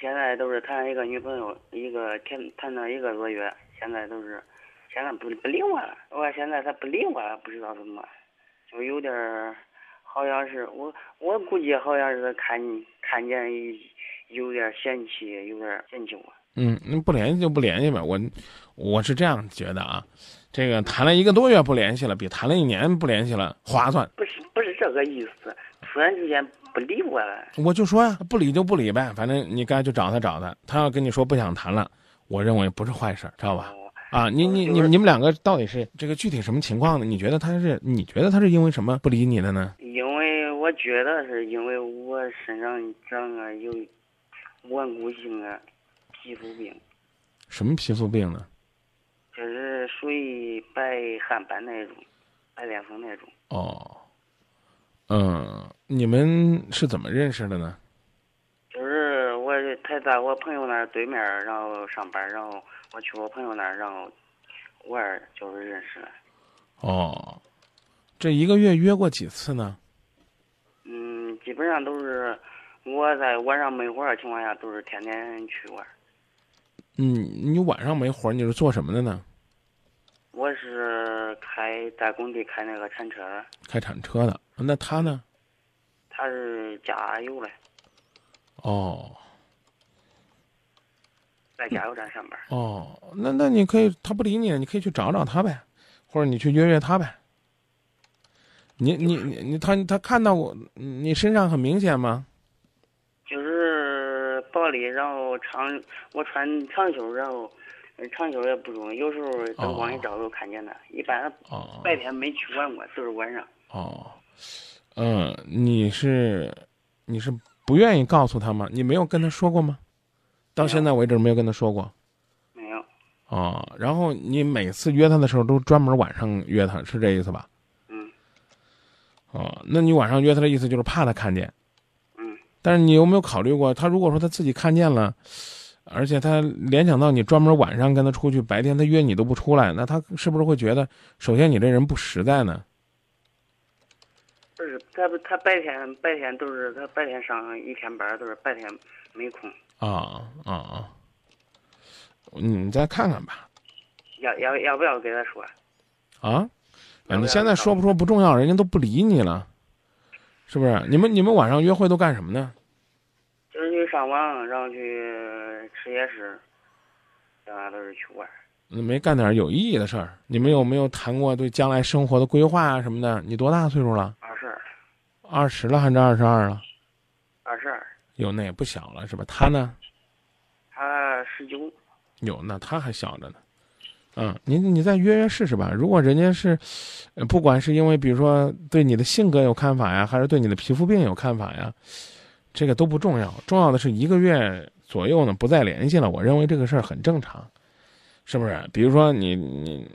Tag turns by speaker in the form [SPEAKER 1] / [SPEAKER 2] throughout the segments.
[SPEAKER 1] 现在都是谈一个女朋友，一个谈谈到一个多月，现在都是，现在不不理我了。我现在他不理我了，不知道怎么，就有点儿，好像是我我估计好像是看看见有点儿嫌弃，有点儿嫌弃我。
[SPEAKER 2] 嗯，那不联系就不联系呗。我我是这样觉得啊，这个谈了一个多月不联系了，比谈了一年不联系了划算。
[SPEAKER 1] 不是不是这个意思，突然之间不理我了。
[SPEAKER 2] 我就说呀、不理就不理呗，反正你该去找他找他。他要跟你说不想谈了，我认为不是坏事儿，知道吧？
[SPEAKER 1] 我
[SPEAKER 2] 啊，你你你你们两个到底是这个具体什么情况呢？你觉得他是你觉得他是因为什么不理你的呢？
[SPEAKER 1] 因为我觉得是因为我身上长啊有顽固性啊皮肤病，
[SPEAKER 2] 什么皮肤病呢？
[SPEAKER 1] 就是属于白汗斑那种，白癜风那种。
[SPEAKER 2] 哦，嗯，你们是怎么认识的呢？
[SPEAKER 1] 就是我他在我朋友那儿对面儿，然后上班，然后我去我朋友那儿，然后玩儿就是认识了。
[SPEAKER 2] 哦，这一个月约过几次呢？
[SPEAKER 1] 嗯，基本上都是我在晚上没活儿的情况下，都是天天去玩儿。
[SPEAKER 2] 嗯，你晚上没活儿，你是做什么的呢？
[SPEAKER 1] 我是开在工地开那个铲车，
[SPEAKER 2] 开铲车的。那他呢？
[SPEAKER 1] 他是加油的，
[SPEAKER 2] 哦
[SPEAKER 1] 在加油站上班。
[SPEAKER 2] 哦，那那你可以，他不理你，你可以去找找他呗，或者你去约约他呗。你你你你，他他看到我，你身上很明显吗？
[SPEAKER 1] 就是暴力，然后长我穿长袖，然后呃长袖也不中，有时候灯光一照都看见的。一般
[SPEAKER 2] 哦
[SPEAKER 1] 白天没去玩过，都是晚上。
[SPEAKER 2] 哦，嗯，你是你是不愿意告诉他吗？你没有跟他说过吗？到现在为止没有跟他说过。
[SPEAKER 1] 没有，
[SPEAKER 2] 哦，然后你每次约他的时候都专门晚上约他，是这意思吧？
[SPEAKER 1] 嗯。
[SPEAKER 2] 哦，那你晚上约他的意思就是怕他看见。
[SPEAKER 1] 嗯。
[SPEAKER 2] 但是你有没有考虑过，他如果说他自己看见了，而且他联想到你专门晚上跟他出去，白天他约你都不出来，那他是不是会觉得，首先你这人不实在呢？
[SPEAKER 1] 不是他不他白天白天都是他白天上一天班，都是白天没空，
[SPEAKER 2] 啊啊啊！你再看看吧。
[SPEAKER 1] 要要要不要给他说？
[SPEAKER 2] 啊，啊
[SPEAKER 1] 要不
[SPEAKER 2] 你
[SPEAKER 1] 要
[SPEAKER 2] 现在说不说不重要，人家都不理你了，是不是？你们你们晚上约会都干什么呢？
[SPEAKER 1] 就是去上网，然后去吃夜市，然后都是去玩儿。
[SPEAKER 2] 没干点有意义的事儿？你们有没有谈过对将来生活的规划啊什么的？你多大岁数了？
[SPEAKER 1] 二十二，
[SPEAKER 2] 二十了还是二十二了？
[SPEAKER 1] 二十二，
[SPEAKER 2] 哟，那也不小了是吧？他呢？
[SPEAKER 1] 他十九，
[SPEAKER 2] 哟，那他还小着呢。嗯，你你再约约试试吧。如果人家是，呃不管是因为比如说对你的性格有看法呀，还是对你的皮肤病有看法呀，这个都不重要。重要的是一个月左右呢不再联系了，我认为这个事儿很正常，是不是？比如说你你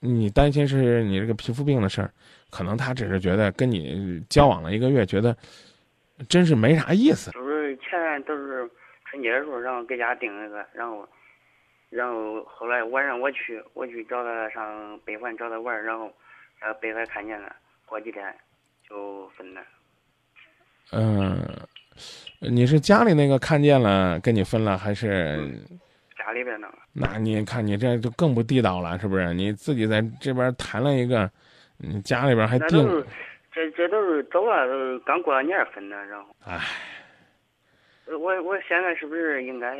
[SPEAKER 2] 你担心是你这个皮肤病的事儿，可能他只是觉得跟你交往了一个月，觉得真是没啥意思。
[SPEAKER 1] 就是前都是春节的时候，然后给家订那个，然后，然后后来晚上我去我去找他上北环找他玩儿，然后，然后被他看见了，过几天就分了。
[SPEAKER 2] 嗯，你是家里那个看见了跟你分了，还是？
[SPEAKER 1] 家里边弄了，
[SPEAKER 2] 那你看你这就更不地道了，是不是？你自己在这边谈了一个，你家里边还
[SPEAKER 1] 那
[SPEAKER 2] 定
[SPEAKER 1] 都，是这这都是早了，都是刚过完年分的。然后呃
[SPEAKER 2] 唉，
[SPEAKER 1] 我我现在是不是应该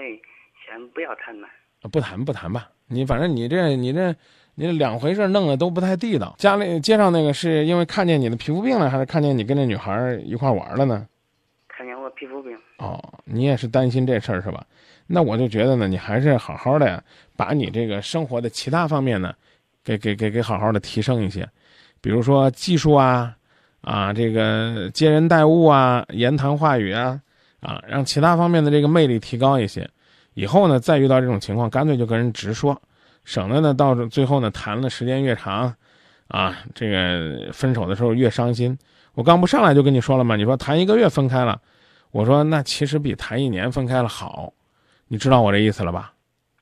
[SPEAKER 1] 先不要谈呢？
[SPEAKER 2] 不谈不谈吧。你反正你这你这你这两回事儿弄得都不太地道。家里街上那个是因为看见你的皮肤病了，还是看见你跟那女孩儿一块儿玩儿了呢？
[SPEAKER 1] 看见我皮肤病，
[SPEAKER 2] 哦，你也是担心这事儿是吧？那我就觉得呢，你还是好好的呀，把你这个生活的其他方面呢，给给给给好好的提升一些，比如说技术啊，啊，这个接人待物啊，言谈话语啊，啊，让其他方面的这个魅力提高一些。以后呢，再遇到这种情况，干脆就跟人直说，省得呢到最后呢谈了时间越长，啊，这个分手的时候越伤心。我刚不上来就跟你说了嘛，你说谈一个月分开了。我说那其实比谈一年分开了好，你知道我这意思了吧？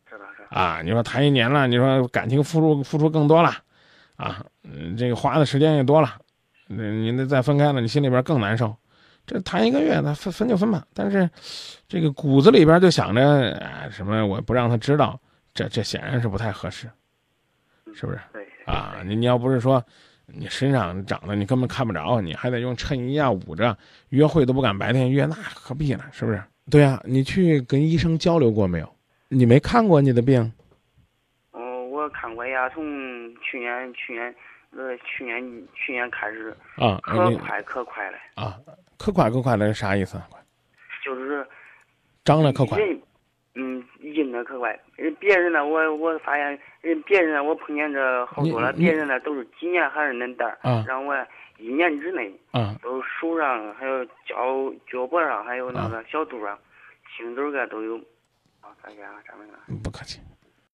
[SPEAKER 1] 知道是吧？
[SPEAKER 2] 啊，你说谈一年了，你说感情付出付出更多了，啊，嗯，这个花的时间也多了，那你那再分开了，你心里边更难受。这谈一个月，那分分就分吧。但是，这个骨子里边就想着，哎，什么我不让他知道，这这显然是不太合适，是不是？
[SPEAKER 1] 对
[SPEAKER 2] 啊，你你要不是说你身上长得你根本看不着，你还得用衬衣啊捂着，约会都不敢白天约，那何必呢？是不是？对呀、你去跟医生交流过没有？你没看过你的病，
[SPEAKER 1] 嗯，我看过牙从去年去年呃去年去年开始，
[SPEAKER 2] 啊？
[SPEAKER 1] 可
[SPEAKER 2] 你
[SPEAKER 1] 快可快了，
[SPEAKER 2] 啊，可快可快的是啥意思啊？
[SPEAKER 1] 就是
[SPEAKER 2] 张了可快
[SPEAKER 1] 人，嗯，印的可快。人别人呢，我我发现人别人呢，我碰见这好多了，
[SPEAKER 2] 你你
[SPEAKER 1] 别人呢都是几年还是恁单儿，
[SPEAKER 2] 啊
[SPEAKER 1] 让我一年之内
[SPEAKER 2] 啊
[SPEAKER 1] 都手上还有脚脚脖上还有那个小肚上，青筋儿个都有。啊，大家咱们啊
[SPEAKER 2] 不客气，